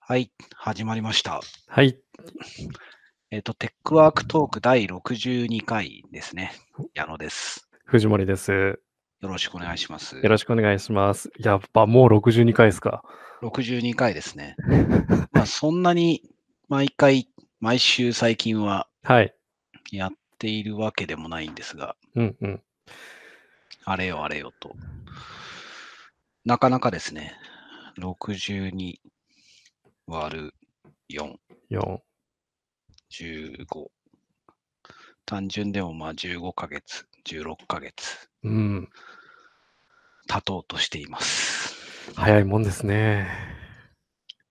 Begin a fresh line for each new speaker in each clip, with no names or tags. はい、始まりました。
はい。
えっと、テックワークトーク第62回ですね。矢野です。
藤森です。よ
ろしくお願いします。
よろしくお願いします。やっぱもう62回ですか。
62回ですね。まあ、そんなに毎回、毎週最近は
はい。
やっているわけでもないんですが、
うんうん。
あれよあれよと。なかなかですね、62割る4、
4。
15。単純でもまあ15ヶ月、16ヶ月
うん。
経とうとしています。
早いもんですね。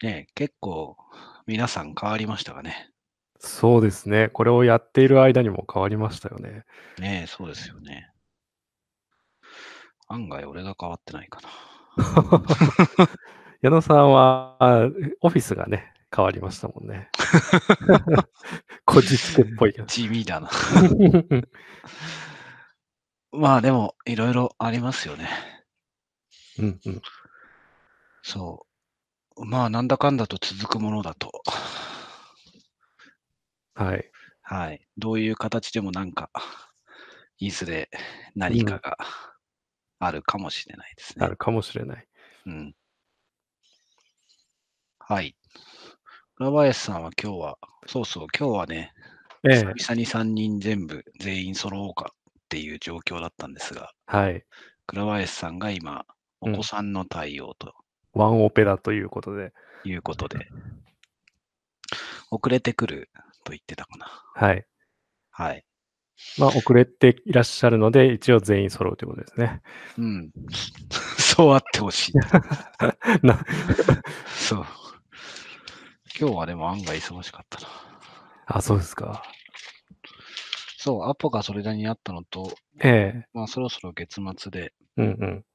ねえ、結構皆さん変わりましたかね。
そうですね。これをやっている間にも変わりましたよね。
ねえ、そうですよね。案外俺が変わってないかな。
矢野さんは、オフィスがね、変わりましたもん ね。こじつけっぽいや。
地味だな。 まあでも、いろいろありますよね。
うんうん。
そう。まあ、なんだかんだと続くものだと。
はい。
はい。どういう形でもなんか、いずれ何かがあるかもしれないですね。
あるかもしれない。
うん。はい。倉林さんは今日は、そうそう、今日はね、
ええ。
久々に3人全部、全員揃おうかっていう状況だったんですが、
はい。
倉林さんが今、お子さんの対応と
ワンオペだということで。
いうことで、遅れてくると言ってたかな。
はい。
はい。
まあ、遅れていらっしゃるので、一応全員揃うということですね。
うん。 そうあってほしい。
な
そう。今日はでも案外忙しかったな。
あ、そうですか。
そう、アポがそれなりにあったのと、
ええ
まあそろそろ月末で
うんうん。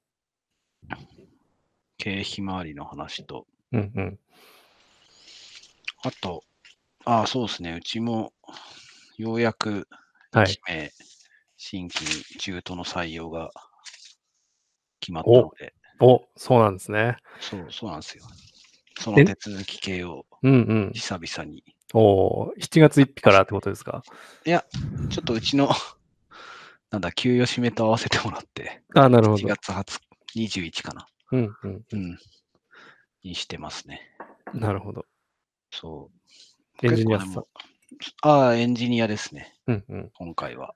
経費回りの話と、
うんうん。
あと、ああ、そうですね、うちもようやく
はい。
1名、新規に中途の採用が決まったので、
お、そうなんですね。
そう、そうなんですよ。その手続き系を
うんうん。
久々に。
おお、7月1日からってことですか。
いや、ちょっとうちの、 なんだ、給与締めと合わせてもらって、
あ、なるほ
7
ど。
月20 21かな。
うんうん
う。ん。にしてますね。
なるほど。
そう。
エンジニアさ
結
ん。
構でもああ、エンジニアですね、
うんうん。
今回は。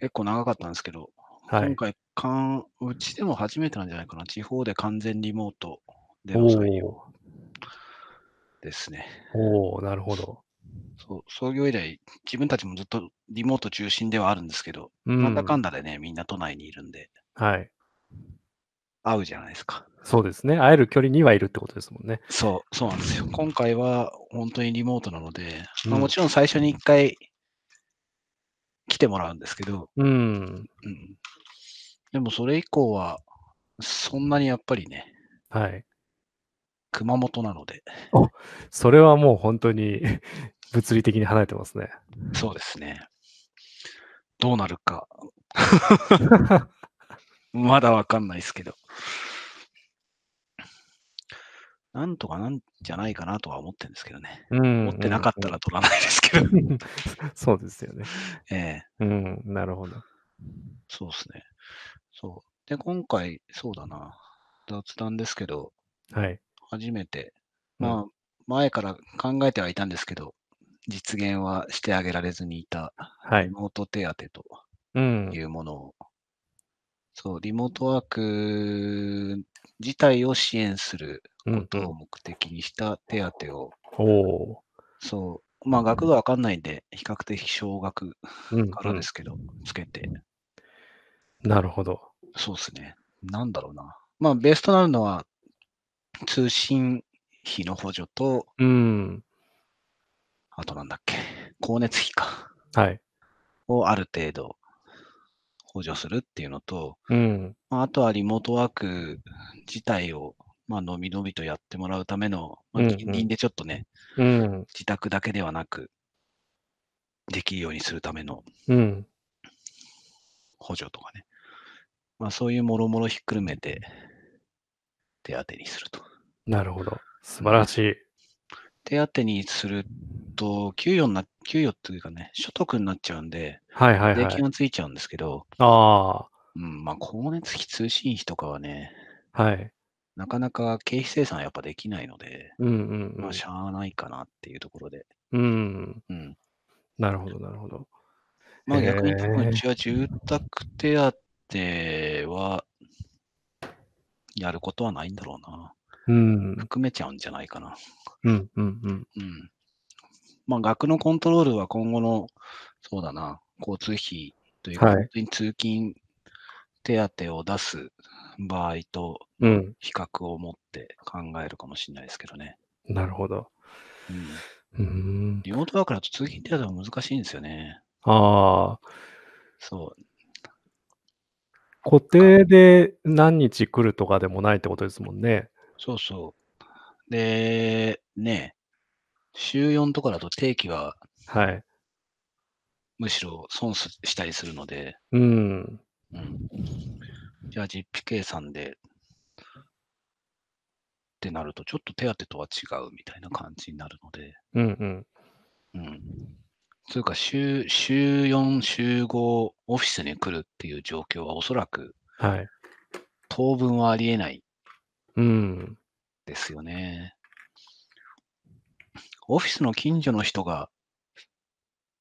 結構長かったんですけど、
は
今
い。
回かん、うちでも初めてなんじゃないかな。地方で完全リモートで
お
の採用
お、
ですね。
おお、なるほど。
そう創業以来、自分たちもずっとリモート中心ではあるんですけど、
う
なんだか
ん。
んだでね、みんな都内にいるんで、
はい。
会うじゃないですか。
そうですね。会える距離にはいるってことですもんね。
そう、そうなんですよ。今回は本当にリモートなので、
う
まあ、も
ん。
ちろん最初に一回来てもらうんですけど、
う
う
ん。
ん、でもそれ以降は、そんなにやっぱりね、
はい。
熊本なので、
お、それはもう本当に 物理的に離れてます ね。
そうですね、どうなるか、まだわかんないですけど、なんとかなんじゃないかなとは思ってるんですけどね。
うん
思って
う
なんかっ
う
たら
ん。
取らないですけど、
そうですよね。
ええ、
うん、なるほど。
そうですね。そう。で、今回、そうだな、雑談ですけど、
はい。
初めて、
うん。
まあ、前から考えてはいたんですけど、実現はしてあげられずにいた
は
リ
い。
モート手当と
う
い
ん。
うものを、そう、リモートワーク自体を支援する
う
こ
んう
とを
ん。
目的にした手当を、
おお。
そう、まあ、額がわかんないんで、比較的少額
うん
か
う
らで
ん。
すけど、つけて、
なるほど。
そうですね。なんだろうな。まあ、ベースとなるのは、通信費の補助と、
うん。
あとなんだっけ、光熱費か、
はい。
をある程度補助するっていうのと、
うん。
まあ、あとはリモートワーク自体を、まあ、のびのびとやってもらうための、ま
う
あ、
ん
近
う
隣
ん。
でちょっとね、
うん。
自宅だけではなく、できるようにするための
うん。
補助とかね。まあ、そういうもろもろひっくるめて手当てにすると。
なるほど。素晴らしい。
手当にすると、給与にな、給与っていうかね、所得になっちゃうんで、
はいはい
税
は
金
い。
がついちゃうんですけど、
あ
うん、まあ、光熱費通信費とかはね、
あ、はい。
なかなか経費生産はやっぱできないので、
うんうん、うん
まあ、しゃあないかなっていうところで。
うん。
うん。
なるほど、なるほど。
まあ、逆に
へー
多分うちは住宅手当は、やることはないんだろうな。
うん。
含めちゃうんじゃないかな。
うんうんうん。
うん。まあ、額のコントロールは今後の、そうだな、交通費というか、
はい
本当に通勤手当を出す場合と
うん。
比較を持って考えるかもしれないですけどね。
なるほど。
うん、
うーん。
リモートワークだと通勤手当は難しいんですよね。
ああ、
そう。
固定で何日来るとかでもないってことですもんね。
そうそう。で、ねえ、週4とかだと定期は
はい。
むしろ損すしたりするので、
うん。
うんじゃあ実費計算でってなると、ちょっと手当とは違うみたいな感じになるので、
うんうん。
うん。というか、週、週4、週5、オフィスに来るっていう状況はおそらく
はい。
当分はありえない
うん。
ですよね。オフィスの近所の人が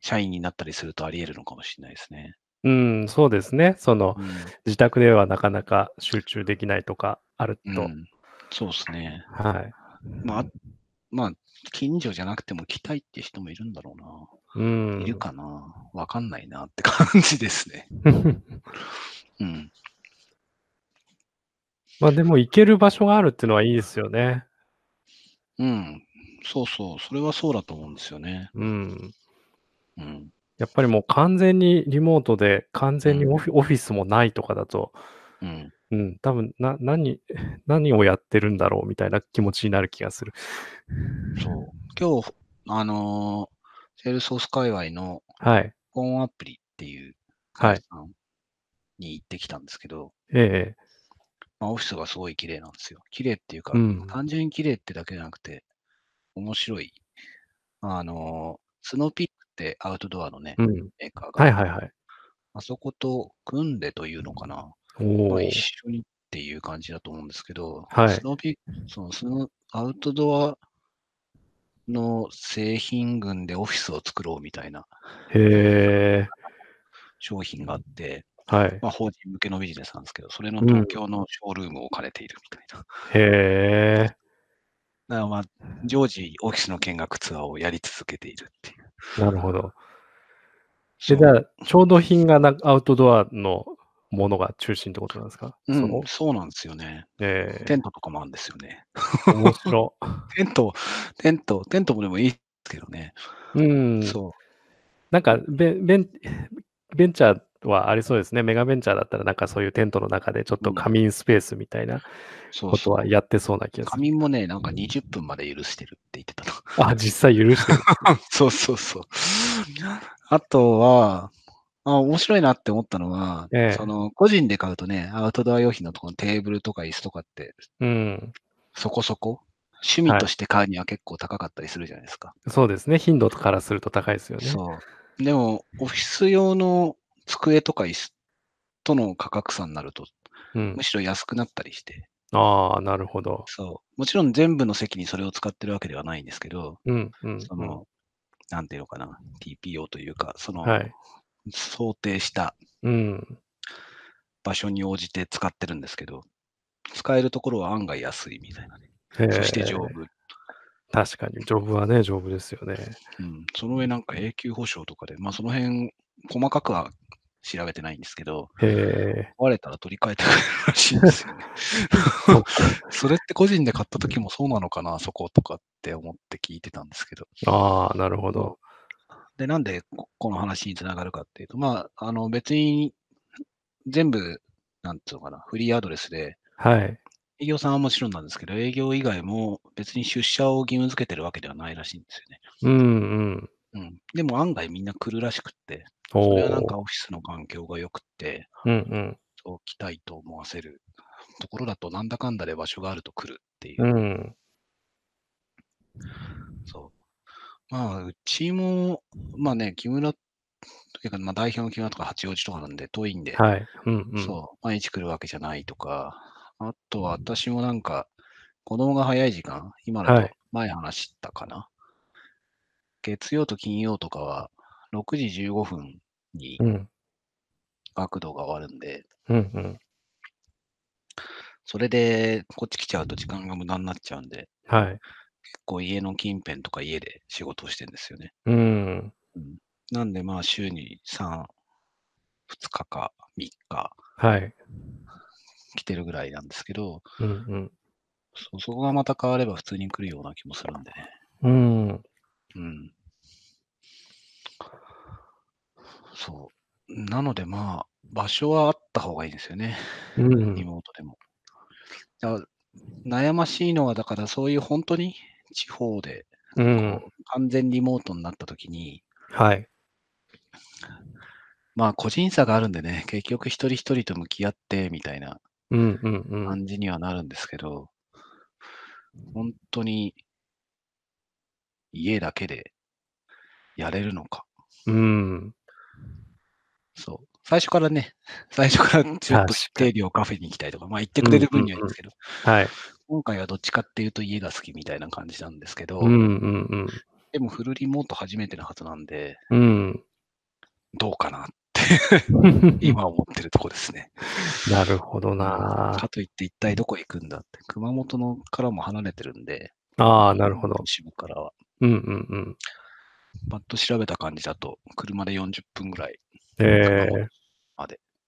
社員になったりするとあり得るのかもしれないですね。
うん、そうですね。その、
うん。
自宅ではなかなか集中できないとかある
う
と。
ん、そうですね。
はい。
まあ、まあ、近所じゃなくても来たいって人もいるんだろう
う
な。
ん
い。るかな、わかんないなって感じですね。うん。
まあでも行ける場所があるっていうのはいいですよね。
うん。そうそう。それはそうだと思うんですよね。
うん。
うん。
やっぱりもう完全にリモートで、完全にオフィ,、オフィスもないとかだと、
うん。
うん、多分な、何、何をやってるんだろうみたいな気持ちになる気がする。
そう。今日、あのー、セールソース界隈の
はい。
フォンアプリっていう
はい。
さんに行ってきたんですけど、
ええ
まあ、オフィスがすごい綺麗なんですよ。綺麗っていうか、
うん
単純に綺麗ってだけじゃなくて、面白い。あのー、スノーピックってアウトドアのね、
うん。
メーカーが、
はいはいはい。
あそこと組んでというのかな、
お
まあ、
お
一。緒にっていう感じだと思うんですけど、
はい
スノーピック、そのスノーアウトドアの製品群でオフィスを作ろうみたいな
へえ。
商品があって、
はい。
まあ、法人向けのビジネスなんですけど、それの
うん
東京のショールームを兼ねているみたい な。
へえ。
だからまあ、常時オフィスの見学ツアーをやり続けているっていう。
なるほど。
そ
で、
う
じゃあ、調度品がなアウトドアのものが中心ってことなんですか
うん
その
そうなんですよね。
え
テントとかもあるんですよね。
え面白。
テント、テント、テントもでもいいですけどね。
うん。
そう。
なんかベン、ベン、ベンチャーはありそうですね。メガベンチャーだったら、なんかそういうテントの中でちょっと仮眠スペースみたいな
そう
ことはやってそうな気がす
仮
る。
眠もね、なんか20分まで許してるって言ってたな。
あ、実際許してる。
そうそうそう。あとは、あ面白いなって思ったのは、
ええ
その個人で買うとね、アウトドア用品のところのテーブルとか椅子とかって
うん。
そこそこ、趣味として買うには結構高かったりするじゃないですか。
そうですね。頻度からすると高いですよね。
そう。でも、オフィス用の机とか椅子との価格差になると、
うん
む、しろ安くなったりして、
ああ、なるほど。
そう。もちろん全部の席にそれを使ってるわけではないんですけど、
うん、うん。
そ
うん
の、なんていうのかな、TPO というか、その、
はい。
想定した
うん。
場所に応じて使ってるんですけど、使えるところは案外安いみたいなね。そして丈
え
夫。
え確かに、丈夫はね、丈夫ですよね。
うん。その上なんか永久保証とかで、まあその辺、細かくは調べてないんですけど、
へえ。
壊れたら取り替えてくれるらしいんですよね。
そっか
それって個人で買った時もそうなのかな、そことかって思って聞いてたんですけど。
ああ、なるほど。
で、なんでここの話につながるかっていうと、まあ、あの別に全部、なんていうのかな、フリーアドレスで、
はい。
営業さんはもちろんなんですけど、営業以外も別に出社を義務付けてるわけではないらしいんです
うん、うん。
よね。うん。でも案外みんな来るらしくって、
お
そ
お
れは。なんかオフィスの環境が良くって、
うん、うん。
そう来たいと思わせるところだと、なんだかんだで場所があると来るっていう
うん。
まあ、うちも、まあね、木村というか、まあ、代表の木村とか八王子とかなんで遠いんで、
はい。うんうん。
そう、毎日来るわけじゃないとか、あとは私もなんか、子供が早い時間、今だ
は
と
い
前話したかな。月曜と金曜とかは、6時15分に
うん。
学童が終わるんで、
うんうん。
それでこっち来ちゃうと時間が無駄になっちゃうんで、
はい。
結構家の近辺とか家で仕事をしてるんですよね。
うん。
うん、なんでまあ週に3、2日か3日
はい。
来てるぐらいなんですけど、
うん
そそこがまた変われば普通に来るような気もするんでね。
うん。うん。
うん。そう。なのでまあ、場所はあった方がいいんですよね。
うん
リモートでも。だ悩ましいのは、だからそういう本当に地方でこ
う。
うん完全リモートになった時に、
はい。
まあ個人差があるんでね、結局一人一人と向き合ってみたいな
うんうんうん。
感じにはなるんですけど、本当に家だけでやれるのか。
うん。
そう。最初からね、 最初からちょっ
確
と
か
指定料カフェに行きたいとか、まあ言ってくれる分にはいいんですけど、
はい。
今回はどっちかっていうと家が好きみたいな感じなんですけど、
うんうん
でもフルリモート初めてのはずなんで、
うん。
どうかな、
うん。
今思ってるとこですね。
なるほどな。
かといって一体どこ行くんだって、熊本のからも離れてるんで、
ああ、なるほど。
支部からは。
うんうんうん。
パッと調べた感じだと、車で40分ぐらい。
ええ。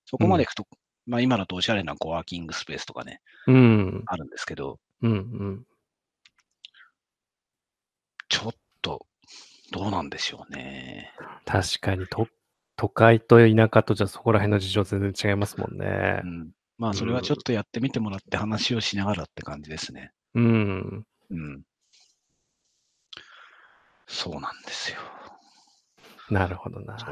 そこまで行くと、まあ今だとおしゃれなコワーキングスペースとかね、
うん。
あるんですけど、
うんうん。
ちょっと、どうなんでしょうね。
確かにと、都会と田舎とじゃそこら辺の事情全然違いますもんね
う。ん。まあそれはちょっとやってみてもらって話をしながらって感じですね。
うん。
うん。そうなんですよ。
なるほど
そう
な。
だか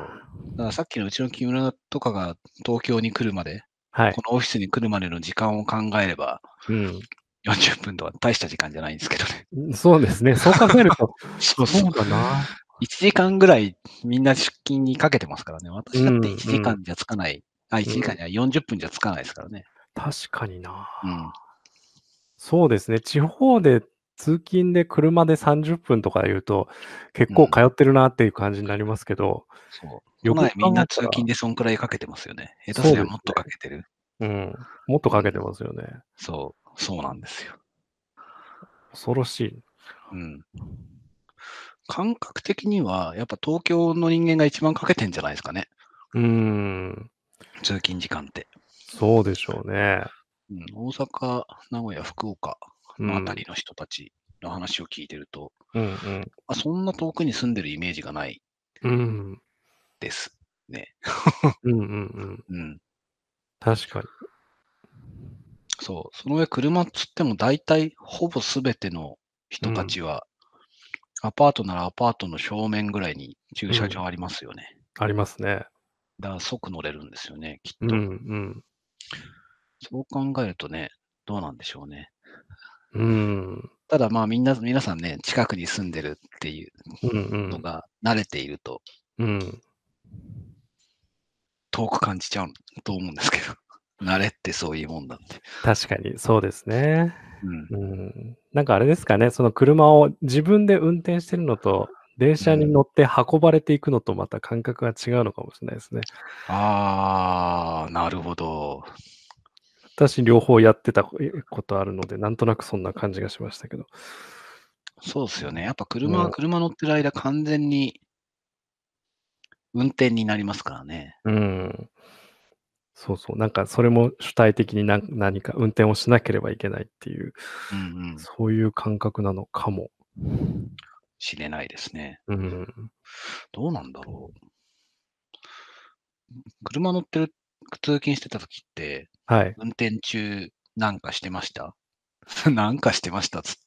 らさっきのうちの木村とかが東京に来るまで、
はい
こ。のオフィスに来るまでの時間を考えれば、
うん。
40分とは大した時間じゃないんですけどね。
そうですね。そう考えると、
そう
そうだな。
1時間ぐらいみんな出勤にかけてますからね。私だって1時間じゃつかない。あ、1時間じゃない40分じゃつかないですからね。
確かにな。
うん。
そうですね。地方で通勤で車で30分とか言うと、結構通ってるなっていう感じになりますけど、
そう。
よ
都
く考え
内みんな
た
通
ら
勤でそんくらいかけてますよね。下手すりゃもっとかけてる。
うん、もっとかけてますよね。
そう。そうなんですよ。
恐ろしい。
うん。感覚的には、やっぱ東京の人間が一番かけてんじゃないですかね。
うーん、
通勤時間って。
そうでしょうね。
うん、大阪、名古屋、福岡
うん、
のあたりの人たちの話を聞いてると、
うんうん。
あ、そんな遠くに住んでるイメージがない
うん、
です。
うん、うん、うん。
うん。
確かに。
そう。その上、車っつっても大体、ほぼ全ての人たちは、アパートならアパートの正面ぐらいに駐車場ありますよね。
ありますね。
だから即乗れるんですよね、き
う
っ
ん、
と。
うん。
そう考えるとね、どうなんでしょうね。
うん、
ただまあみんな、皆さんね、近くに住んでるっていう
うん、う
の
ん。
が慣れていると
うん、
遠く感じちゃうと思うんですけど、 慣れってそういうもんだって。
確かに、そうですね。
うん。
うん、なんかあれですかね、その車を自分で運転してるのと、電車に乗って運ばれていくのとまた感覚が違うのかもしれないですね。
あー、なるほど。
私、両方やってたことあるので、なんとなくそんな感じがしましたけど。
そうですよね。やっぱ車
う
は
ん
車乗ってる間完全に運転になりますからね。
うん。そうそう。なんか、それも主体的に何何か運転をしなければいけないっていう、
うんうん。
そういう感覚なのかも。
知れないですね。
うん。
どうなんだろう。車乗ってる、通勤してた時って、
はい。
運転中なんかしてました なんかしてましたつ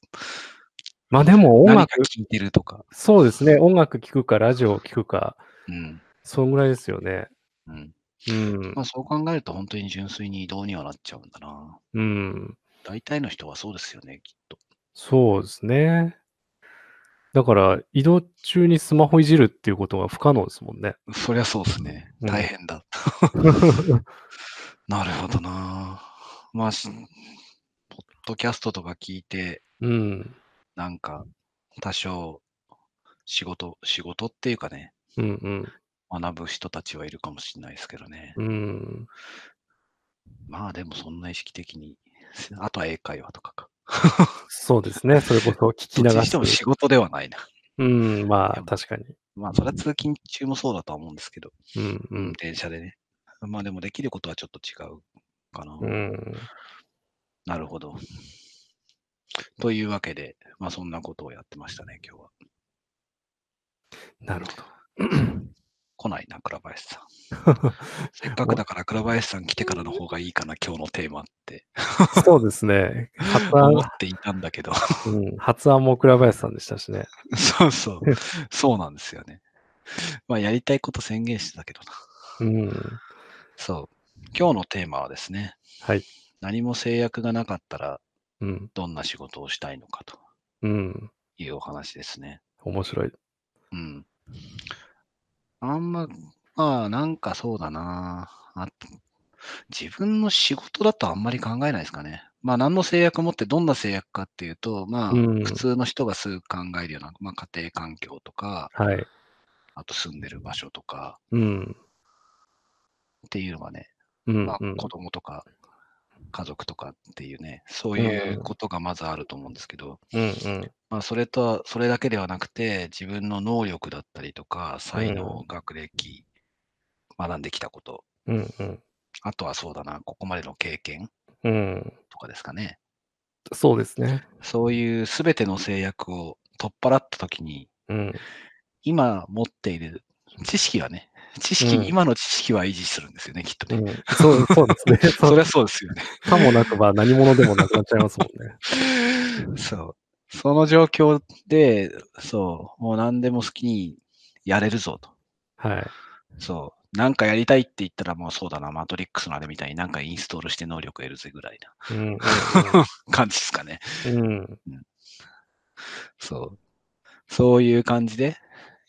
まあでも、音
何
楽
か、聞いてるとか。
そうですね。音楽聴くか、ラジオ聴くか、
うん。
そんぐらいですよね。
うん。
うん
まあ。そう考えると本当に純粋に移動にはなっちゃうんだな。
うん。
大体の人はそうですよね、きっと。
そうですね。だから、移動中にスマホいじるっていうことは不可能ですもん ね。
そりゃそうですね。
うん
大変だ。 なるほどな。まあ、しポッドキャストとか聞いて、
うん。
なんか、多少、仕事、仕事っていうかね、
うん
学ぶ人たちはいるかもしれないですけどね。
うん。うん。
まあ、でもそんな意識的に、あとは英会話とかか。
そうですね。それこそ聞き
ど
流
っちにしても
す
仕。事ではないな。
うん、まあ、確かに。
まあ、それは通勤中もそうだとは思うんですけど、
うんう
うん
ん。
電車でね。まあ、でもできることはちょっと違うかな。
うん。
なるほど。というわけで、まあ、そんなことをやってましたね、今日は。
なるほど。
来ないな、倉林 さん。せっかくだから倉林さん来てからの方がいいかな、今日のテーマって
そうですね。発
思っ
案、
ていたんだけど。
うん、発案も倉林さんでしたしね。
そうそう。 そうなんですよね。まあ、やりたいこと宣言してたけどな。
うん。
そう。今日のテーマはですね、
はい。
何も制約がなかったら
うん。
どんな仕事をしたいのかと
うん。
いうお話ですね。
面白い。
うん。あんま、まあ、なんかそうだなあ。自分の仕事だとあんまり考えないですかね。まあ、何の制約もってどんな制約かっていうと、まあ、
うん
普通の人がすぐ考えるような、まあ、家庭環境とか、
はい。
あと住んでる場所とか
うん。
っていうのがね、
うん
まあ
う、ん。
子供とか家族とかっていうね、そういうことがまずあると思うんですけど、
うんうん。
まあ、それとは、それだけではなくて、自分の能力だったりとか、才能、
うん
学歴、学んできたこと、
うんうん。
あとはそうだな、ここまでの経験
うん。
とかですかね。
そうですね。
そういうすべての制約を取っ払ったときに、
うん。
今持っている知識はね、知識、
うん
今の知識は維持するんですよね、きっと
う
ね。
ん、 そうそうです ね。
そ
そ
り
れ
ゃそうですよね。
かもなくば何者でもなくなっちゃいますも んね。
そう。その状況で、そう、もう何でも好きにやれるぞと。
はい。
そう。なんかやりたいって言ったら、もうそうだな、マトリックスのあれみたいになんかインストールして能力得るぜぐらいな
うん
感じですかね。
うんうん。
そう。そういう感じで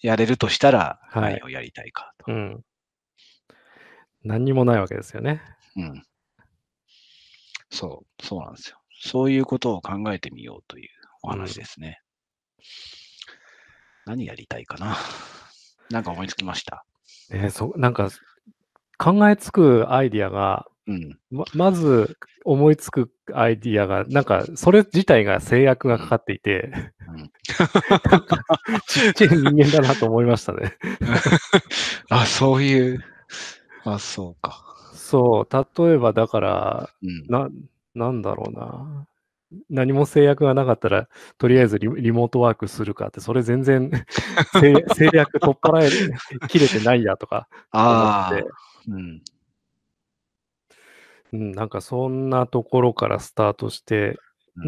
やれるとしたら、
はい
何をやりたいかと。
うん。うん何にもないわけですよね。
うん。そう、そうなんですよ。そういうことを考えてみようというお話ですね。何やりたいかな。 なんか思いつきました。
ねそなんか、考えつくアイディアが、
うん。
ままず思いつくアイディアが、なんか、それ自体が制約がかかっていて、
うん
なんかちっちゃい人間だなと思いましたね。
あ、そういう。あ、そうか。
そう、例えばだから、
うん。
な、なんだろうな。何も制約がなかったら、とりあえずリリモートワークするかって、それ全然 制制約取っ払え、 切れてないやとか
あ
思
あ
って、、
うん。
うん、なんかそんなところからスタートして、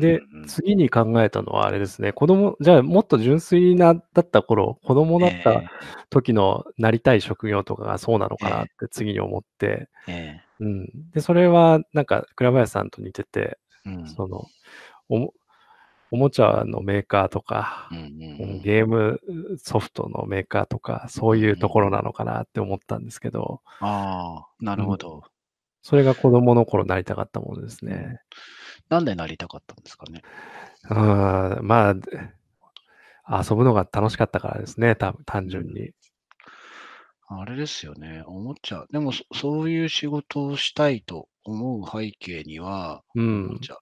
で
うんうんうん、
次に考えたのはあれですね、子供、じゃあもっと純粋な、だった頃、子供だっ
え
た時のなりたい職業とかがそうなのかなって次に思って、
ええ
うん。で、それはなんか倉林さんと似てて、
えうん
そのおも、おもちゃのメーカーとか
う、んうんう
う
んん
ゲームソフトのメーカーとか、そういうところなのかなって思ったんですけど、
ああ、なるほど。
それが子供の頃なりたかったものですね。
なんでなりたかったんですかね。
うん、まあ、遊ぶのが楽しかったからですね、た単純に。
あれですよね、おもちゃ。でもそ、そういう仕事をしたいと思う背景には、
う
おも
ん。
ちゃ。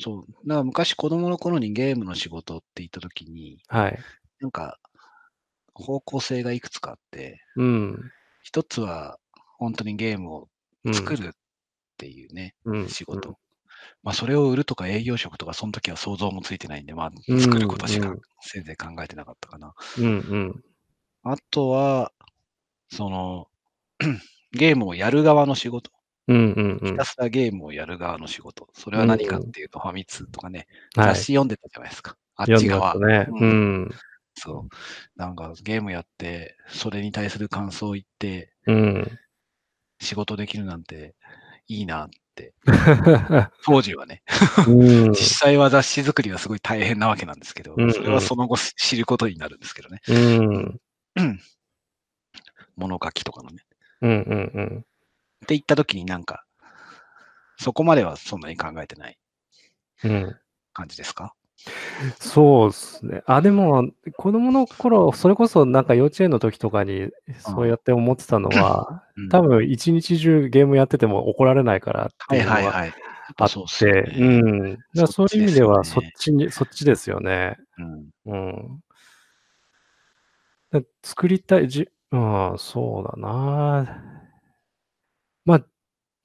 そう。だから昔子供の頃にゲームの仕事って言ったときに、
はい。
なんか、方向性がいくつかあって、
うん。
一つは、本当にゲームを
うん
作るっていうね、
うん
仕事。まあ、それを売るとか営業職とか、その時は想像もついてないんで、ま
うん
あ、作ることし
う
か
ん
せいぜい考えてなかったかな。
うんうん。
あとは、その、 ゲームをやる側の仕事。
うんうんう
ひ
ん
た。すらゲームをやる側の仕事。それは何かっていうと、ファミ通とかね、
は
雑
い。
誌読んでたじゃないですか。あっ
読ん
ち
でま
側
す。ね。
うん
うん。
そう。なんかゲームやって、それに対する感想を言って、
うん。
仕事できるなんていいなっって、当時はね、
うん
実際は雑誌作りはすごい大変なわけなんですけど
うんう、ん
それはその後知ることになるんですけどね。
うん。
物書きとかのね。
うんうん
って言った時になんか、そこまではそんなに考えてない
うん。うん。
感じですか
そうですね。あ、でも、子供の頃、それこそなんか幼稚園の時とかに、そうやって思ってたのは、
うん
多分一日中ゲームやってても怒られないからって
はい
いうの
はい
が
はい。
あっ
そうっすよ
て、
ね
うん。だからそういう意味では、
そ
そ
っ
っ
ち
ちに、そっちですよね。
うん
うん。だ作りたい、じ、うん、そうだな。まあ、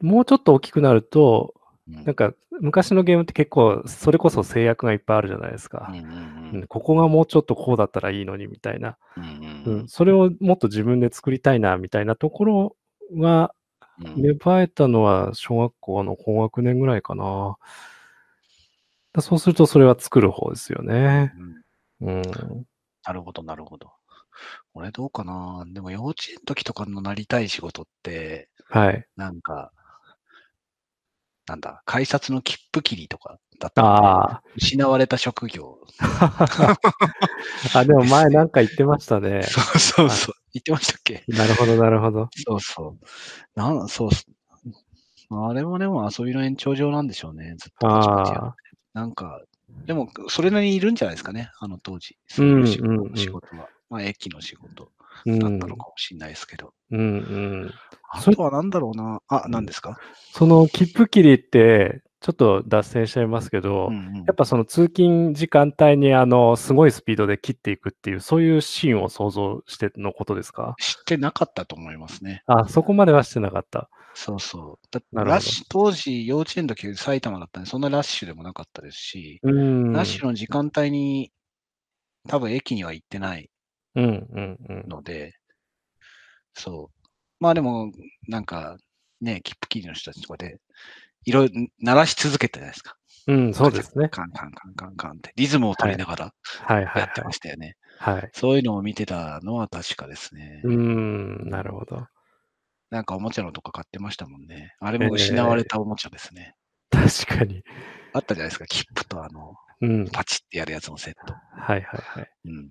もうちょっと大きくなると、
うん
なんか、昔のゲームって結構、それこそ制約がいっぱいあるじゃないですか
う。んうん
うんここがもうちょっとこうだったらいいのにみたいな。
うんう
うんん、それをもっと自分で作りたいなみたいなところが
うん
芽生えたのは小学校の高学年ぐらいかな。だそうするとそれは作る方ですよね。
うん
うん。
なるほど、なるほど。俺どうかなでも幼稚園の時とかのなりたい仕事って、
はい。
なんか、なんだ、改札の切符切りとかだったので
あ
失われた職業。
あ。あ、でも前なんか言ってました ね。
そうそうそう。言ってましたっけ
なるほど、なるほど。
そうそう。なんそうっすあれもでも遊びの延長上なんでしょうね、ずっとカチカチやっ
ああ。
なんか、でも、それなりにいるんじゃないですかね、あの当時。そ
うん
の仕事
うんうん
仕事は。まあ、駅の仕事
う
だ
ん。
った
うん
のかもしれないですけど。
うん。
あ
それ
とは何だろうな。あ、何ですか、
その切符切りって、ちょっと脱線しちゃいますけど、
うんうん
やっぱその通勤時間帯にあのすごいスピードで切っていくっていう、そういうシーンを想像してのことですか
知ってなかったと思いますね。
あ、そこまではしてなかった。
そうそう。だ
なるほど
ラッシュ、当時、幼稚園の時、埼玉だったんで、そんなラッシュでもなかったですし、
うん。
ラッシュの時間帯に、多分駅には行ってない
うんうんうん。
ので、そう。まあでも、なんか、ね、切符切りの人たちとかで、いろいろ鳴らし続けてたじゃないですか。
うん、そうですね。
カンカンカンカンカンって、リズムを取りながら
はいはい
や
は
ってま
い。
したよね。
はい。
そういうのを見てたのは確かですね。
うん、なるほど。
なんかおもちゃのとか買ってましたもんね。あれ
え
も
ー
失われたおもちゃですね。
確かに。
あったじゃないですか、切符とあの、
うん。
パチってやるやつのセット。
はいはいはい。
うん。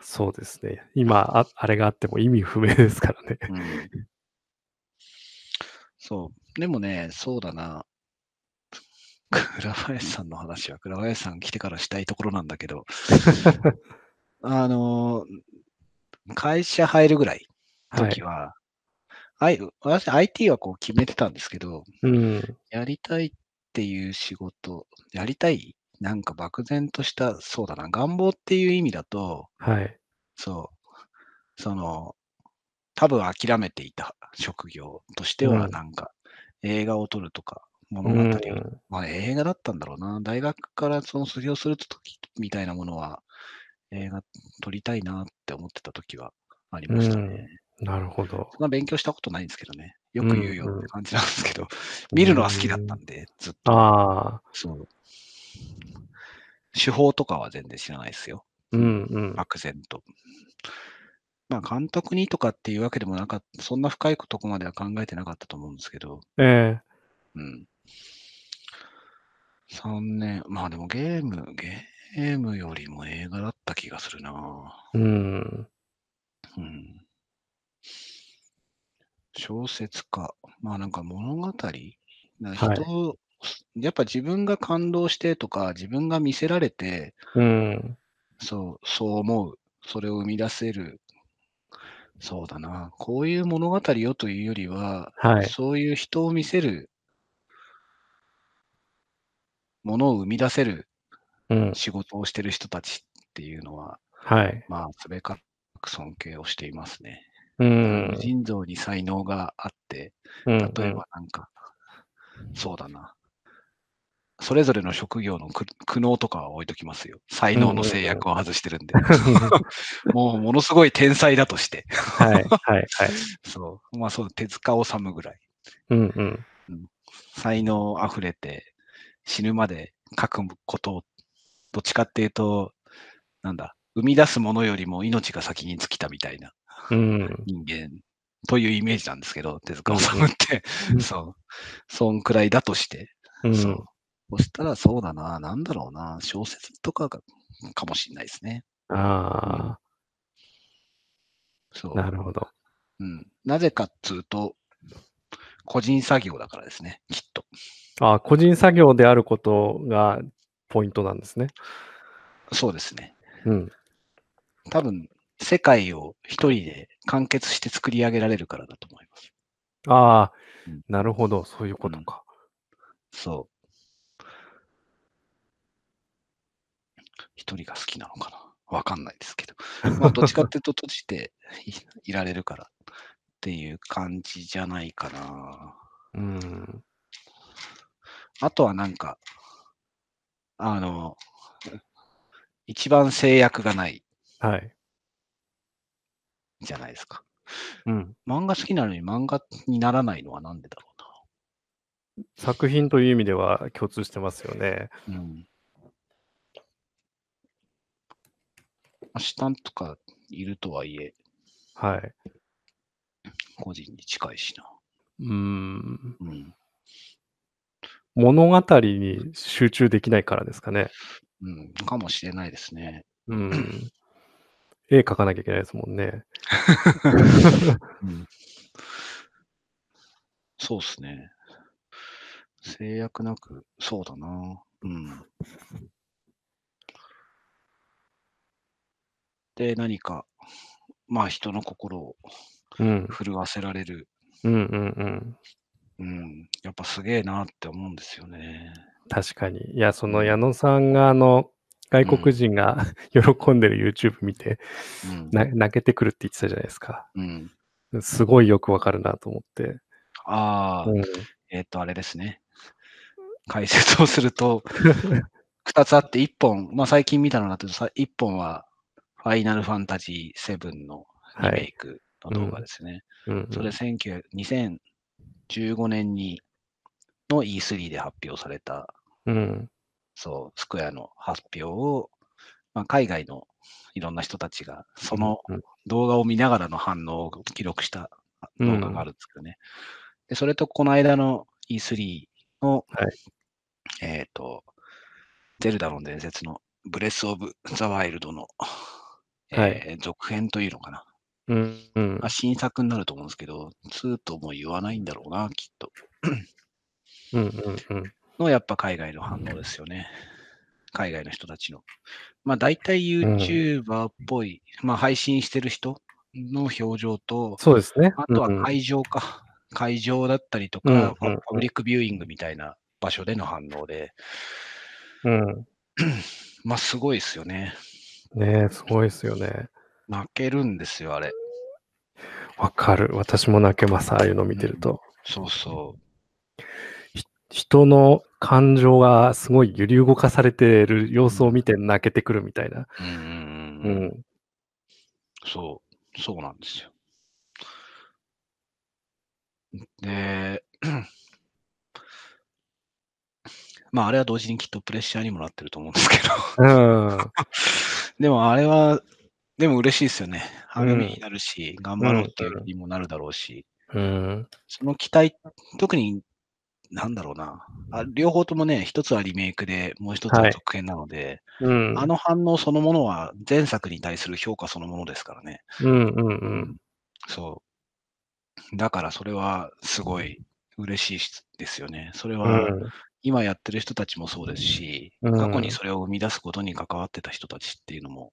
そうですね。今、ああれがあっても意味不明ですからね。
うん、そう。でもね、そうだな。倉林さんの話は倉林さん来てからしたいところなんだけど、あのー会社入るぐらい
は
時
い。
は、あい、私 IT はこう決めてたんですけど、
うん。
やりたいっていう仕事、やりたいなんか漠然とした、そうだな、願望っていう意味だと、
はい。
そう、 その、多分諦めていた職業としては、
うん
なんか、映画を撮るとか、
う
物語を、
ん。
まあ映画だったんだろうな。大学からその卒業するときみたいなものは、映画撮りたいなって思ってた時はありましたね。
うんなるほど。
そんな勉強したことないんですけどね。よく言うよ
うんうん
って感じなんですけど、見るのは好きだったんで、ずっと。
ああ。
そう。手法とかは全然知らないですよ。
うんうん。
漠然と。まあ、監督にとかっていうわけでもなかった、そんな深いとこまでは考えてなかったと思うんですけど、
え
うん。3年、まあでもゲーム、ゲームよりも映画だった気がするな
えうん。
うん。小説家。まあなんか物語な人
はい
を、やっぱ自分が感動してとか、自分が見せられて、
うん。
そう、そう思う。それを生み出せる。そうだな。こういう物語よというよりは、
はい。
そういう人を見せる、ものを生み出せる
うん。
仕事をしてる人たちっていうのは、
はい。
まあ、すべからく尊敬をしていますね。
うん
無。尽蔵に才能があって、
例
例えばなんか、そうだな。それぞれの職業の苦苦悩とかは置いときますよ。才能の制約を外してるんで。もうものすごい天才だとして。
はい、はい、はい。
そう。まあそう、手塚治虫ぐらい。
うん、うん。
才能あふれて、死ぬまで書くことを、どっちかっていうと、なんだ、生み出すものよりも命が先に尽きたみたいな
うん、
人間というイメージなんですけど、手塚治虫って
う、ん
そう。そんくらいだとして、
うん
そう。そしたらそうだな、なんだろうな、小説とかがかもしれないですね。
あ
そう
あ、。なるほど。
うん。なぜかっつうと、個人作業だからですね、きっと。
ああ、個人作業であることがポイントなんですね。
そうですね。
うん。
多分、世界を一人で完結して作り上げられるからだと思います。
ああ
うん、
なるほど。そういうことか。
そう。一人が好きなのかなわかんないですけど。まあ、どっちかっていうと閉じていいられるからっていう感じじゃないかな。
うん。
あとはなんか、あの、一番制約がない
はい。
じゃないですか。
うん。
漫画好きなのに漫画にならないのはなんでだろ
作品という意味では共通してますよね。
うな。うん。アシタンとかいるとはいえ、
はい。
個人に近いしな。
うん。
うん。
物語に集中できないからですかね。
うん、かもしれないですね。
うん。絵描かなきゃいけないですもんね。
うん、そうですね。制約なく、そうだな。うん。で、何か、まあ人の心を
うん。
震わせられる。
うんうんうん。
うん。やっぱすげえなって思うんですよね。
確かに。いや、その矢野さんが、あの、外国人が 喜んでる YouTube 見て、
うん。
な泣けてくるって言ってたじゃないですか。
うん、
すごいよくわかるなと思って。
ああ、
うん
えっ、と、あれですね。解説をすると、2つあって、1本、まあ、最近見たのだと、さ1本は、ファイナルファンタジー7のリ
は
メイ
い。
クの動画ですね。
うん
それ19 2015年にの E3 で発表された、
うん。
そう、スクエアの発表を、まあ、海外のいろんな人たちが、その
うん
動画を見ながらの反応を記録した
うん
動画があるんですけどね。で、それとこの間の E3 の、
はい
えっ、と、ゼルダの伝説のブレス・オブ・ザ・ワイルドの、えー
はい
続編というのかな。
うん。うん
まあ、新作になると思うんですけど、2とも言わないんだろうな、きっと。
うんうんうん。
の、やっぱ海外の反応ですよね。海外の人たちの。まあ大体 YouTuber っぽい、まあ配信してる人の表情と、
そうですね。
あと
うんう
は
ん
会場か。会場だったりと
う
か、
んうんうん
ファブリックビューイングみたいな場所での反応で、
うん。
まあすごいですよね。
ねえすごいですよね。
泣けるんですよ、あれ。
わかる。私も泣けます。ああいうの見てると。
そうそう。
人の感情がすごい揺り動かされてる様子を見て泣けてくるみたいな。
うんうんうん
う
うん
ん。
そう、そうなんですよ。で、 まああれは同時にきっとプレッシャーにもなってると思うんですけど、
うん。
でもあれは、でも嬉しいですよね。励み
うん
になるし、頑張ろうっていう気にもなるだろうし、
うん。
その期待、特に、なんだろうなあ。両方ともね、一つはリメイクで、もう一つ
は
はい続編なので、
うん。
あの反応そのものは前作に対する評価そのものですからね。
うんうんうん。
そう。だからそれはすごい嬉しいですよね。それ
う
は
ん。
今やってる人たちもそうですし、
うん
過去にそれを生み出すことに関わってた人たちっていうのも、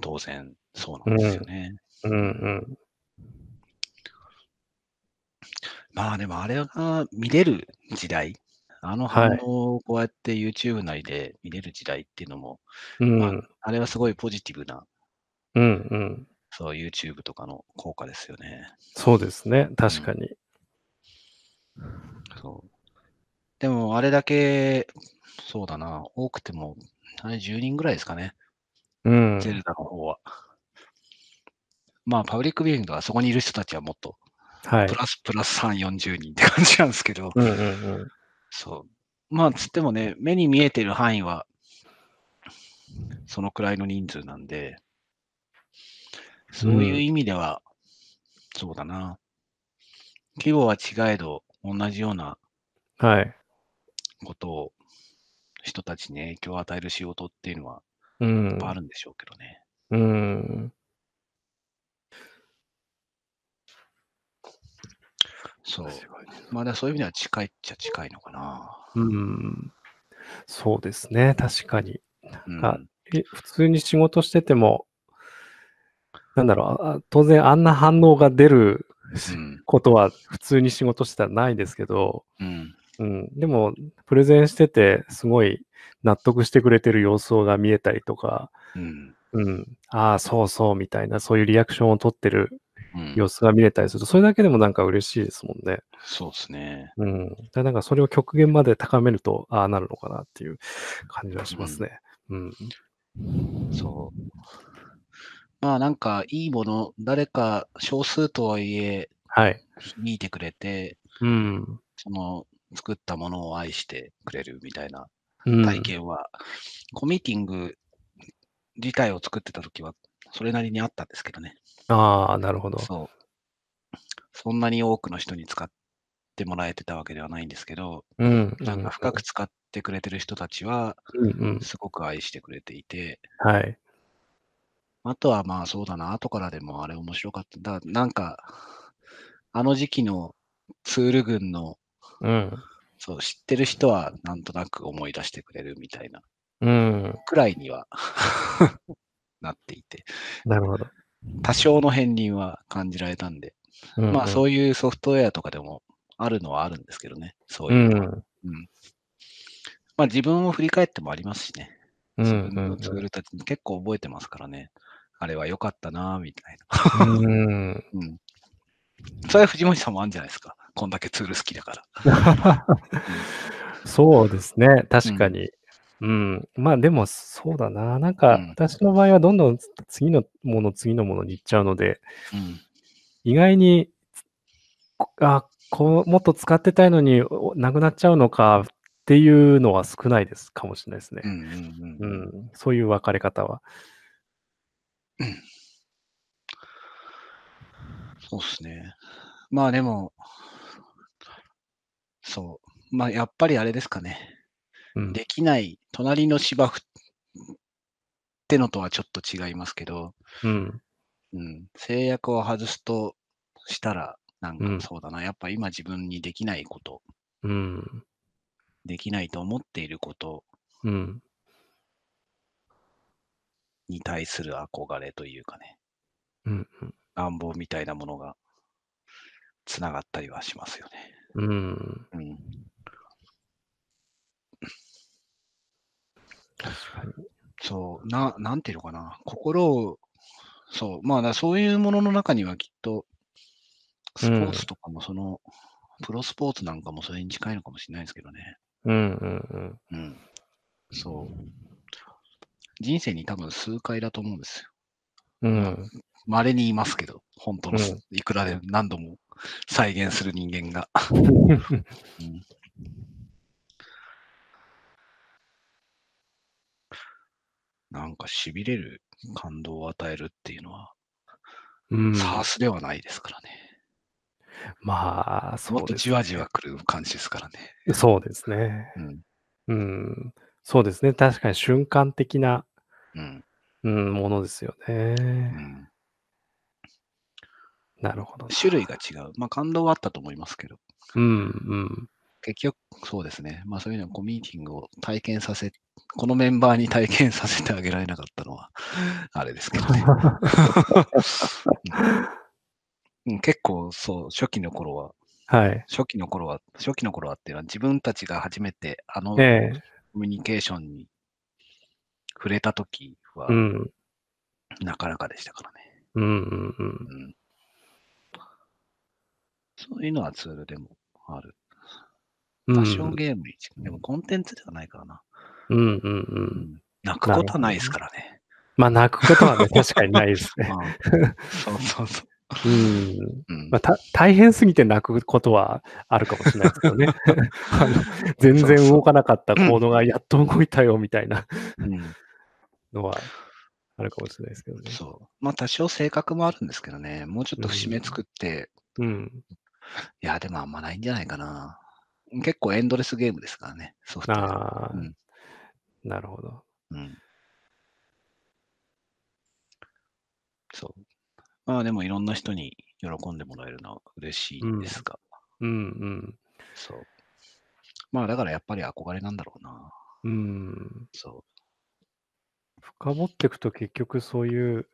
当然そうなんですよね。
うんうん。
まあでもあれが見れる時代、あの反応をこうやって YouTube なりで見れる時代っていうのも、
うん
まあ、あれはすごいポジティブな、
うんうん。
そう YouTube とかの効果ですよね。
そうですね。確かに。
そう。でも、あれだけ、そうだな、多くても、あれ10人ぐらいですかね、
うん。
ゼルダの方は。まあ、パブリックビューイングはそこにいる人たちはもっと、
はい
プ。ラスプラス3、40人って感じなんですけど、
うんうんうん。
そう。まあ、つってもね、目に見えてる範囲は、そのくらいの人数なんで、そういう意味では、そうだな。規模は違えど、同じような
はい。
ことを人たちに影響を与える仕事っていうのは、
う
や
ん
っぱ。あるんでしょうけどね。
うん。
そう。まあ、だからそういう意味では近いっちゃ近いのかな。
うん。そうですね。確かに。
うん、
あえ普通に仕事してても、なんだろうあ、当然あんな反応が出る
うん。
ことは普通に仕事してたらないですけど、
うん。
うん、でも、プレゼンしてて、すごい納得してくれてる様相が見えたりとか、
うん。
うん、ああ、そうそうみたいな、そういうリアクションを取ってる
うん
様子が見れたりすると、それだけでもなんか嬉しいですもんね。
そうですね。
うん。だからなんかそれを極限まで高めると、ああなるのかなっていう感じはしますね。うん。
そう。まあなんかいいもの、誰か少数とはいえ
はい。
見てくれて、
うん。
その作ったものを愛してくれるみたいな
うん
体験は、コミーティング自体を作ってた時はそれなりにあったんですけどね。
ああ、なるほど。
そう。そんなに多くの人に使ってもらえてたわけではないんですけど、
うん。
なんか深く使ってくれてる人たちは
うんうん。
すごく愛してくれていて、
はい。
あとはまあそうだな、後からでもあれ面白かった。だなんか、あの時期のツール群の、
うん。
そう、知ってる人はなんとなく思い出してくれるみたいな
うん。
くらいには なっていて、
なるほど。
多少の片鱗は感じられたんで、
うん
まあ
う
そういうソフトウェアとかでもあるのはあるんですけどね、そう
う
いうのは。
ん。
うんまあ自分を振り返ってもありますしね。
うん。う
自分の
ん
ツールたちも結構覚えてますからね。あれは良かったな、みたいな。
うん。
うん。それは藤森さんもあるんじゃないですか。こんだけツール好きだから。
そうですね、確かに。うん、まあでもそうだな、なんか
うん
私の場合はどんどん次のもの、次のものに行っちゃうので、
うん。
意外に、こあこうもっと使ってたいのにおなくなっちゃうのかっていうのは少ないですかもしれないですね
う。んうん
う
うん。
ん、そういう分かれ方は。
そうですね。まあでも、そう。まあやっぱりあれですかね。
うん、
できない、隣の芝生ってのとはちょっと違いますけど、
うん、
うん、制約を外すとしたら、なん
うん
かそうだな、やっぱ今自分にできないこと、
うん、
できないと思っていること
うん、
に対する憧れというかね、
うん、
願望みたいなものがつながったりはしますよね。
うん、
うん、
確かに。
そう、な、なんていうのかな、心を、そう、まあ、だからそういうものの中にはきっと、スポーツとかもその、プロスポーツなんかもそれに近いのかもしれないですけどね。
うん、うん、
うん。そう。人生に多分数回だと思うんですよ。
うん、うん、
稀にいますけど、本当のす、
う
いくらで何度も再現する人間が。うんなんかしびれる感動を与えるっていうのは、
うん、
サースではないですからね。
まあ、そ
もっ
う
と
です
じわじわ来る感じですからね。
そうですね。
うん。
うん、そうですね。確かに瞬間的な、
うん。
うん、ものですよ
う
ね。
ん、
なるほどな。
種類が違う。まあ感動はあったと思いますけど。
うん、
結局、そうですね。まあそういうのはコミュニティングを体験させ、このメンバーに体験させてあげられなかったのは、 あれですけどね。うんうん結構そう、初期の頃は、
うん。 はい。
初期の頃は、初期の頃はっていうのは自分たちが初めてあのコミ
ええ。
ュニケーションに触れた時は
う、ん、
なかなかでしたからね、
うん、うんうん。
うん。そういうのはツールでもある。
うん
ファッションゲームに近い、でもコンテンツではないからな。
うん、うん、うん。
泣くことはないですからね。
まあ、泣くことはね、確かにないですね。
うんそうそうそう。
うん。
うん
まあ、た大変すぎて泣くことはあるかもしれないですけどね。あの全然動かなかった行動がやっと動いたよみたいな
うん
のは。あるかもしれないですけどね。
そう。まあ多少性格もあるんですけどね、もうちょっと節目作って、
うん。
いや、でもあんまないんじゃないかな。結構エンドレスゲームですからね、ソフトウェア
ああ、
うん
なるほど。
うん。そう。まあでもいろんな人に喜んでもらえるのは嬉しいですが、
うん
そう。まあだからやっぱり憧れなんだろうな。
うん。うん。
そ
深掘っていくと結局そういう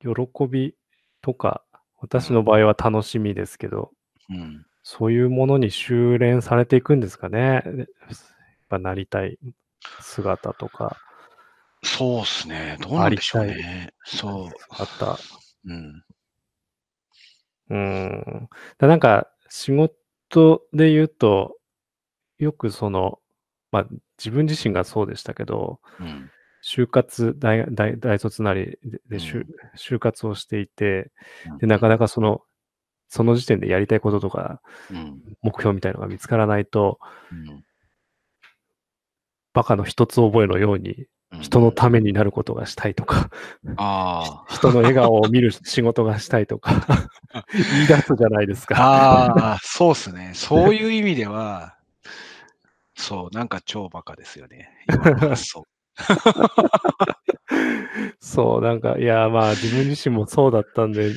喜びとか、私の場合は楽しみですけど、
う。うん。
そういうものに修練されていくんですかね。やっぱなりたい姿とか、
そうっすね。どうなんでしょう
あり
ね。そ
あった。
う。うん。
うん。だなんか仕事で言うと、よくその、まあ自分自身がそうでしたけど、
うん。
就活大大大卒なりでで就
うん
就活をしていて
うん
でなかなかそのその時点でやりたいこととか
うん。
目標みたいのが見つからないと
うん
バカの一つ覚えのように
うん
人のためになることがしたいとか、
あ
人の笑顔を見る仕事がしたいと か言い出すじゃないです
あ。
か。
ああ、そうっす ね。そういう意味では、そう、なんか超バカですよね。今の発 想
そうなんかいやまあ自分自身もそうだったんで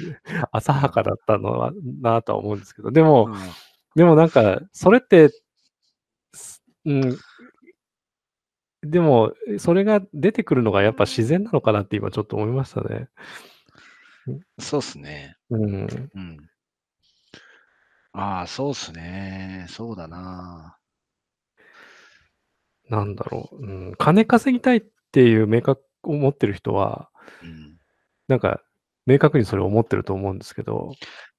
浅はかだったのはなとは思うんですけどでも、
うん
でもなんか、それって、すうん。でも、それが出てくるのがやっぱ自然なのかなって今ちょっと思いましたね。
そうっすね。
うん。
うん。ああ、そうっすね。そうだな。
なんだろう。うん。金稼ぎたいっていう明確を持ってる人は、
うん。
なんか、明確にそれを思ってると思うんですけど、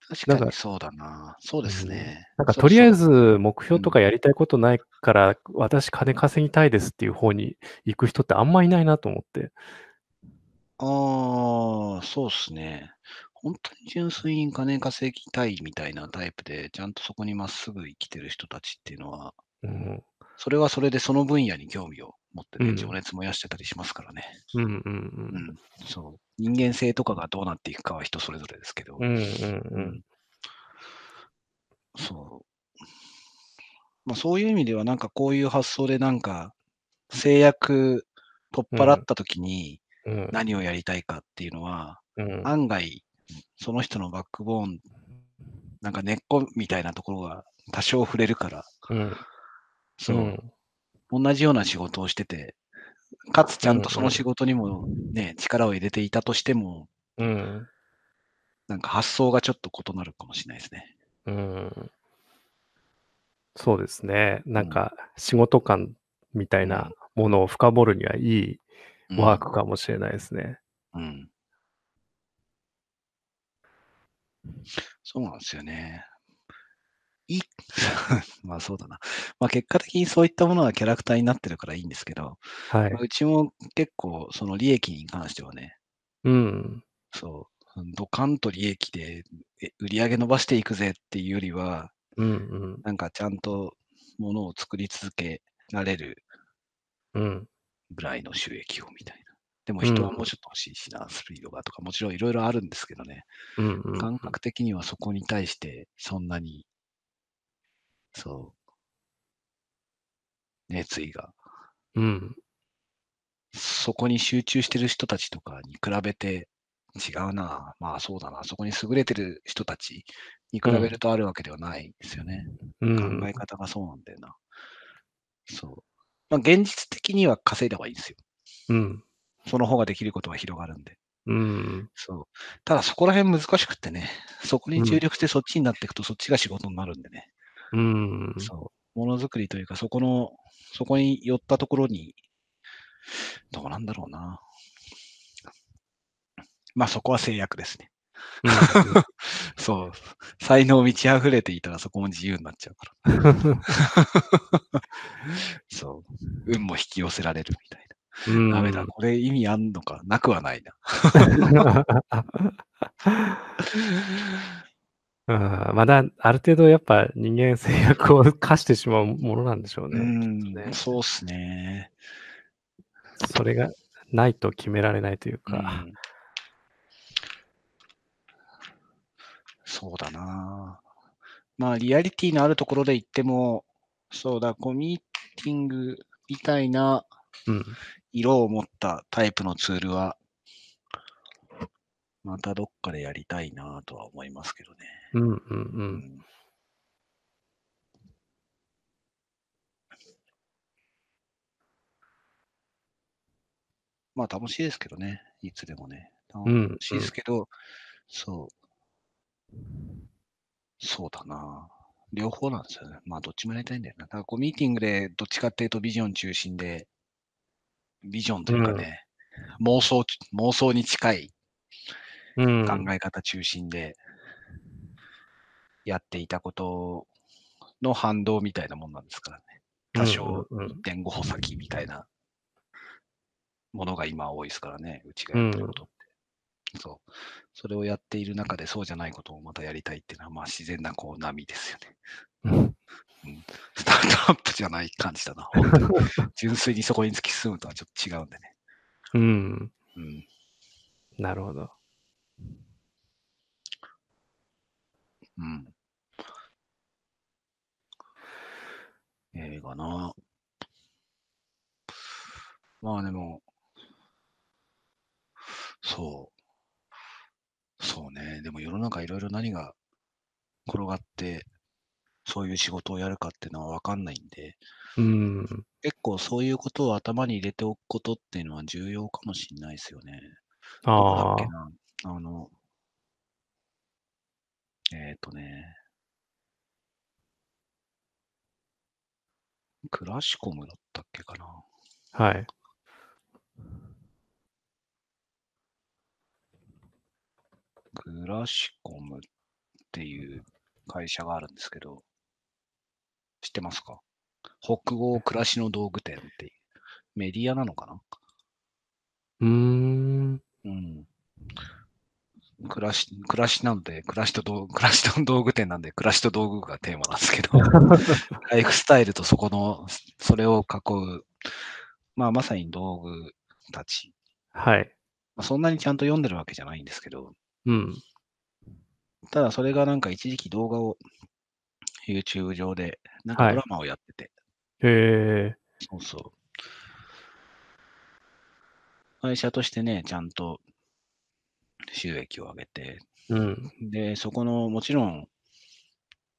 確か
なん
に
か
そうだな。そうですね。
なんか
そう
とりあえ
そう
ず目標とかやりたいことないから、私金稼ぎたいですっていう方に行く人ってあんまいないなと思って。
ああ、そうっすね。本当に純粋に金稼ぎたいみたいなタイプで、ちゃんとそこにまっすぐ生きてる人たちっていうのは、
うん。
それはそれでその分野に興味を持って
う
ね、
ん
情熱燃やしてたりしますからね。
うんうんうん
う。ん。そう。人間性とかがどうなっていくかは人それぞれですけど
う、んうんうん。
そう。まあそういう意味では、なんかこういう発想でなんか、制約取っ払った時に
うん
何をやりたいかっていうのは、
うん
案外、その人のバックボーン、なんか根っこみたいなところが多少触れるから、
うん
そう、同じような仕事をしてて、かつちゃんとその仕事にもね、力を入れていたとしても、
うん
なんか発想がちょっと異なるかもしれないですね。
うんそうですね。なんか仕事感みたいなものを深掘るにはい
うん
いワークかもしれないですね。
うん。そうなんですよね。いい、 まあそうだな。まあ結果的にそういったものがキャラクターになってるからいいんですけど、
はい
まあ。うちも結構その利益に関してはね、
うん。
そう、ドカンと利益でえ売り上げ伸ばしていくぜっていうよりは、
うんうん
なんかちゃんとものを作り続けられる
うん
ぐらいの収益をみたいな。でも
うん
人はもうちょっと欲しいしな、スピードがとか、もちろんいろいろあるんですけどね。
うんうん
感覚的にはそこに対してそんなに、そう、熱意が、
うん
そこに集中してる人たちとかに比べて違うな、まあそうだな、そこに優れてる人たちに比べるとあるわけではないですよね。
うん
考え方がそうなんだよな。そう。まあ現実的には稼いだ方がいいんですよ。
うん
その方ができることは広がるんで。
うん
そう。ただそこら辺難しくってね、そこ
う
に
ん
注力してそっちになっていくとそっちが仕事になるんでね。
うん
そう。ものづくりというか、そこの、そこに寄ったところに、どうなんだろうな。まあそこは制約ですね。そう。才能満ち溢れていたらそこも自由になっちゃうから。 そう。運も引き寄せられるみたい
うん
な。ダメだ。これ意味あんのかなくはないな。
うんまだ ある程度やっぱ人間制約を課してしまうものなんでしょう
う
ね。
ん
ね。
そうっすね。
それがないと決められないというか、
うんそうだな。まあ、リアリティのあるところで言っても、そうだ、コミーティングみたいな
うん。
色を持ったタイプのツールは、またどっかでやりたいなとは思いますけどね。
うんうんう。
うんんまあ楽しいですけどね、いつでもね。楽
うんうん
しいですけど、そう。そうだな。両方なんですよね。まあどっちもやりたいんだよな。だからこうミーティングでどっちかっていうとビジョン中心で、ビジョンというかね、妄想、妄想に近い
うん。
考え方中心でやっていたことの反動みたいなもんなんですからね。多少
うんうんうん
1.5歩先みたいなものが今多いですからね、うちがやってることって。そう。それをやっている中でそうじゃないことをまたやりたいっていうのは、まあ自然なこう波ですよね。 スタートアップじゃない感じだな。本当に純粋にそこに突き進むとはちょっと違うんでね。
うん。
うん。
なるほど。
うん。映画な。まあでも、そう。そうね。でも世の中いろいろ何が転がって、そういう仕事をやるかっていうのはわかんないんで、
うん。
結構そういうことを頭に入れておくことっていうのは重要かもしれないですよね。どこだ
あ
っ
あ
け。なあの、えっ、ー、とね、クラシコムだったっけかな。
はい。
クラシコムっていう会社があるんですけど、知ってますか北欧暮らしの道具店っていうメディアなのかな
うーん。
うん。暮らし、暮らしなんで、暮らしと道、 暮らしと道具店なんで、暮らしと道具がテーマなんですけど、 ライフスタイルとそこの、それを囲う、まあまさに道具たち。
はい。
まあ、そんなにちゃんと読んでるわけじゃないんですけど、
うん。
ただそれがなんか一時期動画を YouTube 上で、なんか
はい
ドラマをやってて、
へえ。
そうそう。会社としてね、ちゃんと収益を上げて、
うん。
で、そこの、もちろん、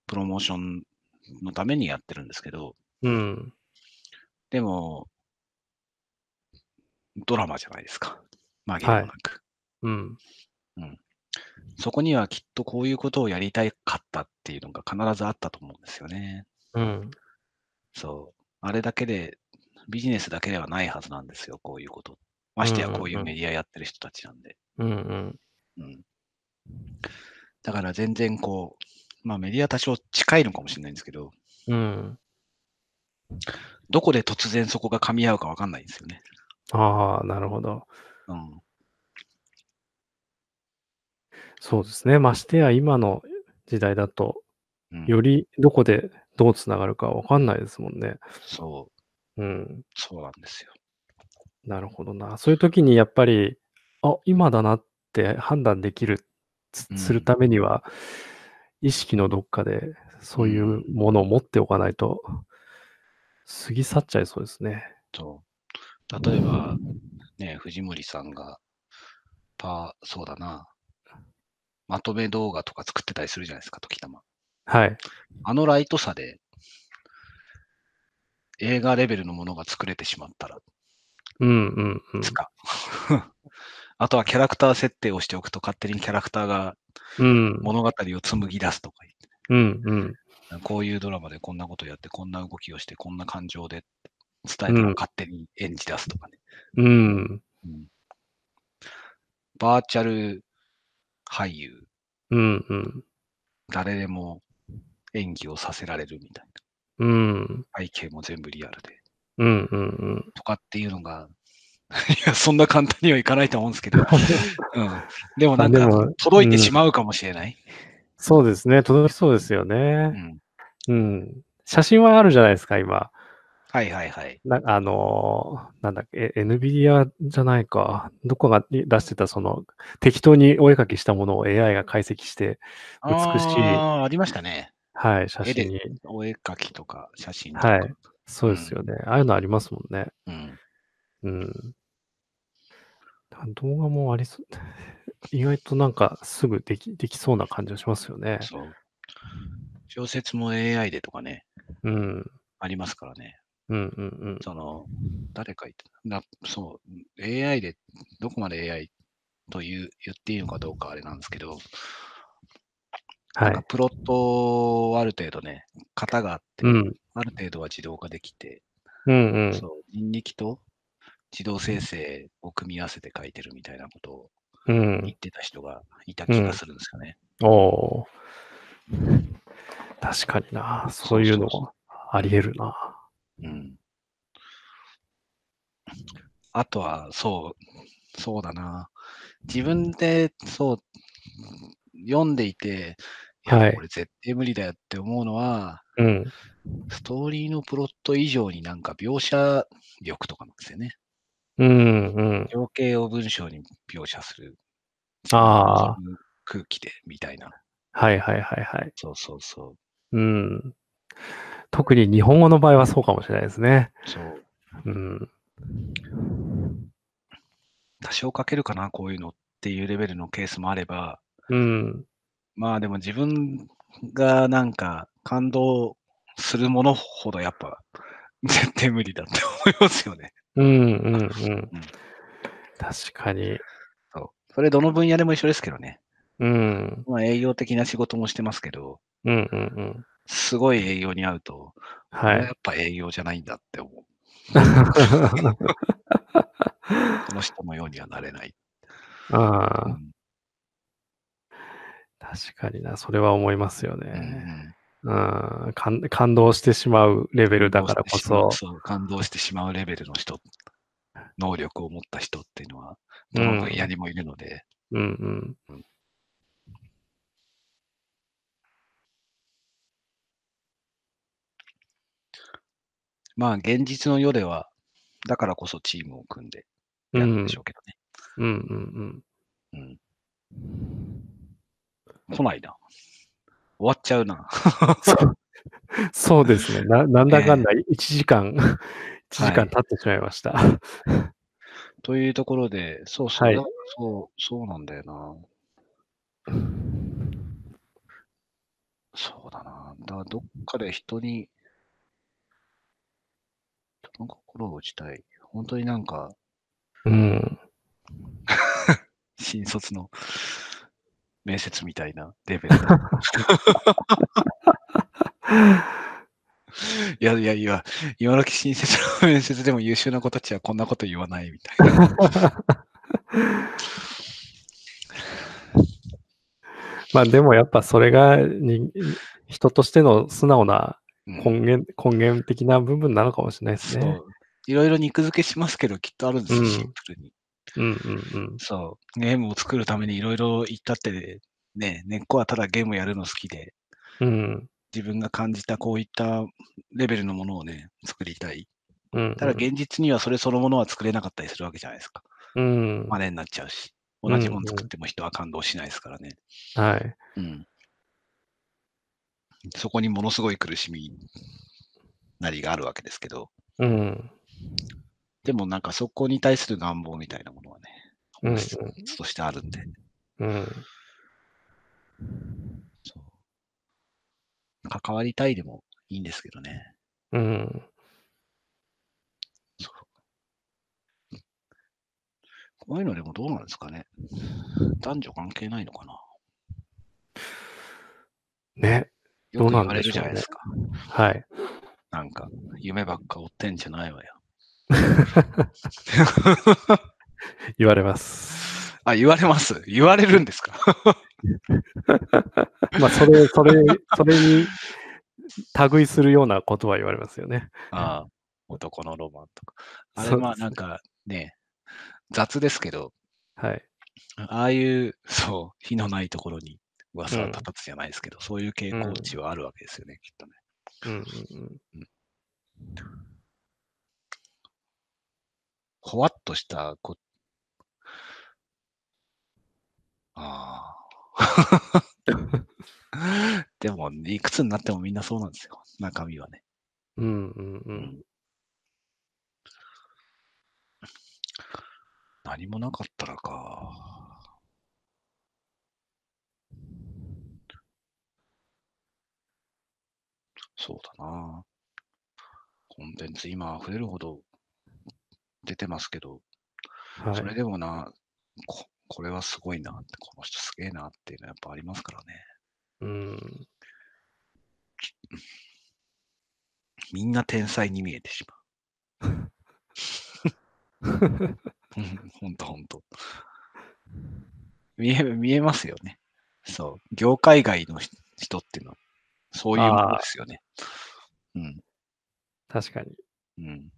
プロモーションのためにやってるんですけど、
うん。
でも、ドラマじゃないですか。紛れもなく。
うん。
そこにはきっとこういうことをやりたかったっていうのが必ずあったと思うんですよね。
うん。
そう。あれだけで、ビジネスだけではないはずなんですよ、こういうこと。ましてや
うんうんうん
こういうメディアやってる人たちなんで。
うん。うん。
うん。だから全然こう、まあメディア多少近いのかもしれないんですけど、
うん。
どこで突然そこが噛み合うかわかんないんですよね。
ああ、なるほど。
うん。
そうですね。ましてや今の時代だと、
うん、
よりどこでどうつながるかわかんないですもんね。
そう、
うん。
そうなんですよ。
なるほどな。そういう時にやっぱり、あ、今だなって判断できる、つ
うん
するためには、意識のどっかでそういうものを持っておかないと、過ぎ去っちゃいそうですね。
そう例えば、ね、藤森さんが、パー、そうだな、まとめ動画とか作ってたりするじゃないですか、時たま。
はい。
あのライトさで、映画レベルのものが作れてしまったら、
うんうんうん
つか。 あとはキャラクター設定をしておくと、勝手にキャラクターが。
うん。
物語を紡ぎ出すとか言って
うんうん。
こういうドラマでこんなことやって、こんな動きをして、こんな感情で伝えたら
うん
勝手に演じ出すとかね。
うん。
うんバーチャル俳優、
うんうん。
誰でも演技をさせられるみたい
うん。
な。背景も全部リアルで。
うんうんうん。
とかっていうのが、 いや、そんな簡単にはいかないと思うんです けど。うん、でもなん
あで
か
も、
届いて
うん
しまうかもしれない。
そうですね。届きそうですよね。
うん
うん。写真はあるじゃないですか、今。
はいはいはい。
なあのーなんだっけ、え NVIDIA じゃないか、どこが出してた、その、適当にお絵かきしたものを AI が解析して、美しい
あーありましたね。
はい、写真に。
お絵描きとか写真とか。
はい。そうですよね。ああいうのありますもんね。
うん、
うん。動画もありそう。 意外となんかすぐできできそうな感じがしますよね。
そう。小説も AI でとかね、
うん。
ありますからね。
うんうん
その、誰か言ってな、そう、AI で、どこまで AI という言っていいのかどうかあれなんですけど、
うん。は
なんか
い。
プロットをある程度ね、型があって、
うん。
ある程度は自動化できて、
うんうん。
そう人力と自動生成を組み合わせて書いてるみたいなことを
う
言っ
ん。
てた人がいた気がするんですよね。
おおー。確かにな。そういうの
そう
もあり得るな。
うんあとは、そう、そうだな。自分で、そう、読んでいて、や
はい
これ絶対無理だよって思うのは、
うん。
ストーリーのプロット以上になんか描写力とかなんですよね。
うんうん。
情景を文章に描写する。
ああ。
自分の空気でみたいな。
はいはいはいはい。
そうそうそ
うん。特に日本語の場合はそうかもしれないですね。
う。そう
うん。
多少書けるかな、こういうのっていうレベルのケースもあれば、
うん。
まあでも自分がなんか感動するものほどやっぱ 絶対無理だって思いますよね。
うんうんうん。確かに。
そうそれどの分野でも一緒ですけどね。
うん。
まあ営業的な仕事もしてますけど、
うんうんうん。
すごい営業に会うと、こ
は
れ
い
や。っぱ営業じゃないんだ って思う。この人のようにはなれない。
あ
う
あ、
ん
確かにな。それは思いますよ
うん
ね。うん、感感動してしまうレベルだからこ
感動
そ
して。しまうそう感動してしまうレベルの人、能力を持った人っていうのは、どの分野にもいるので、
うんうん。
まあ現実の世では、だからこそチームを組んで
う
やるん
ん
でしょうけどね。
うんうん
うん来ないな。終わっちゃうな。
うん。そうですね。ななんだかんだ1時間、一時
は
間
い
経ってしまいました。
というところで、そうそう、
はい
だそう、そうなんだよな。そうだな。だからどっかで人に、人の心を打ちたい。本当になんか、
うん。
新卒の面接みたいなレベルだ。いやいやいや、今時新卒の面接でも優秀な子たちはこんなこと言わないみたいな。
まあでもやっぱそれが人人としての素直な
うん
根源根源的な部分なのかもしれないです
そ
ね
う。。いろいろ肉付けしますけど、きっとあるんですよ、
うん
シンプルに。
うんうん
そう。ゲームを作るためにいろいろ言ったって、ね、根っこはただゲームやるの好きで、
うん。うん
自分が感じたこういったレベルのものをね、作りたい。
うんうん。
ただ現実にはそれそのものは作れなかったりするわけじゃないですか。
うん。
真似になっちゃうし。同じも
うんうん
の作っても人は感動しないですからね。
はい。
うん。そこにものすごい苦しみなりがあるわけですけど、
うん。
でもなんかそこに対する願望みたいなものはね、
うんうん
本質としてあるんで、
うん。
そう関わりたいでもいいんですけどね。
うん。
そうこういうのでもどうなんですかね男女関係ないのかな
ね。
よく
どうな
言
ん
われ
でし
る
ょ
じゃない
うね
ですか。
はい。
なんか、夢ばっか追ってんじゃないわよ。
言わ れます。
あ、言われます。言われるんですか
まあ、それ、それ、それに、類いするようなことは言われますよね。
ああ、男のロマンとか。あ
そ
れ、
う
まあ
ですね
なんかね、雑ですけど、
はい。
ああいう、 そう、火のないところに噂
う
は
ん
立たつじゃないですけど、そういう傾向値はあるわけですよね、きっとね。
うんうんうん
ほわっとしたこ、あ あ。でも、いくつになってもみんなそうなんですよ。中身はね。
うんうんうん。
何もなかったらか。そうだな。コンテンツ今溢れるほど出てますけど、
はい
そ。れでもな、ここれはすごいなって、この人すげえなっていうのはやっぱありますからね。
うん。
みんな天才に見えてしまう。うんほんとほんと。見え、見えますよね。そう。業界外の人人っていうのは、そういうものですよね。うん。
確かに。
うん。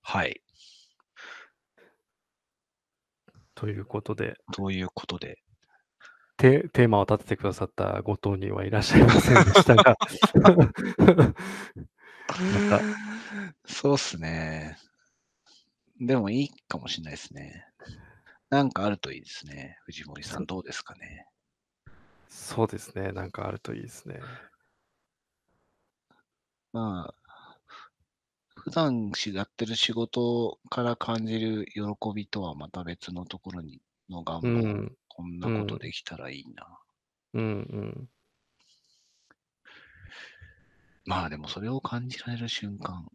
はい。
ということで、
ということで。
テテーマを立ててくださったご当人はいらっしゃいませんでした が、
そうっすね。でもいいかもしれないですね。なんかあるといいですね。藤森さん、どうですかね。
そうですね。なんかあるといいですね。
まあ、普段しやってる仕事から感じる喜びとはまた別のところにの願望、
うん。
こんなことできたらいいな。
うんうん。
まあでもそれを感じられる瞬間。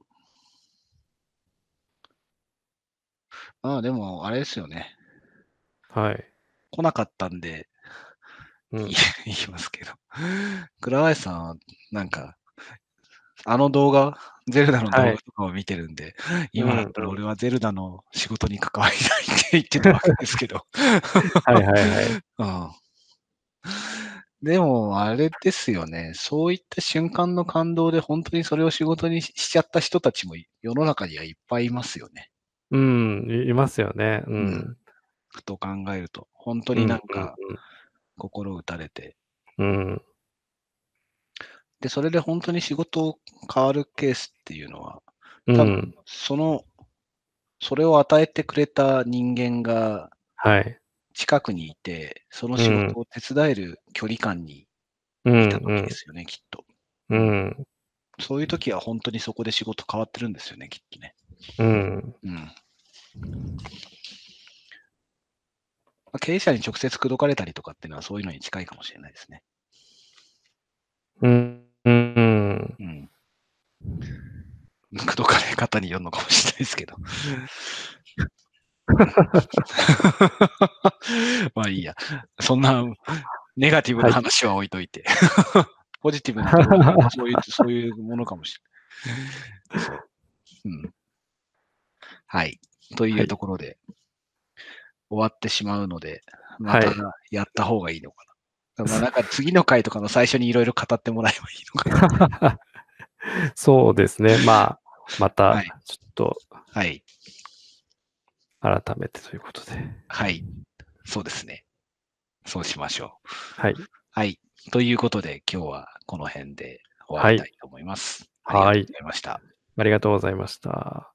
まあでもあれですよね。
はい。
来なかったんで、
うん
い 言いますけど。倉林さんは、なんか、あの動画、ゼルダの動
は
画
い
とかを見てるんで、今だったら
うんうん
俺はゼルダの仕事に関わりたいって言ってたわけです けど。
はいはいはい。
うんでも、あれですよね。そういった瞬間の感動で、本当にそれを仕事にししちゃった人たちもい世の中にはいっぱいいますよね。
うん。いいますよね。う
うん
ん。
ふと考えると。本当になんか
うん
心打たれて、
うんうん。
で、それで本当に仕事を変わるケースっていうのは、
うん。
多
うん
分その、それを与えてくれた人間が
はい。
近くにいて、その仕事を手伝える距離感に
うん
いた時ですよね、きっと。
うん。うん。
そういう時は本当にそこで仕事変わってるんですよね、きっとね。
うん。
うん。まあ経営者に直接口説かれたりとかっていうのはそういうのに近いかもしれないですね。
うん。うん。
うん。口説かれ方によるのかもしれないですけど。 まあいいや。そんなネガティブな話は置いといて。 ポジティブな、そういう、そういうものかもしれない。そううん。はい。とい
は
う
い
ところで、終わってしまうので、また
はい
やった方がいいのかな。まあなんか次の回とかの最初にいろいろ語ってもらえばいいのかな。
そうですね。まあ、ま
は
た
い、
ちょっと
はい。
改めてということで。
はい。そうですね。そうしましょう。
はい。
はい。ということで、今日はこの辺で終わりたいと思います。
は
あ
い
りがとうございました。
ありがとうございました。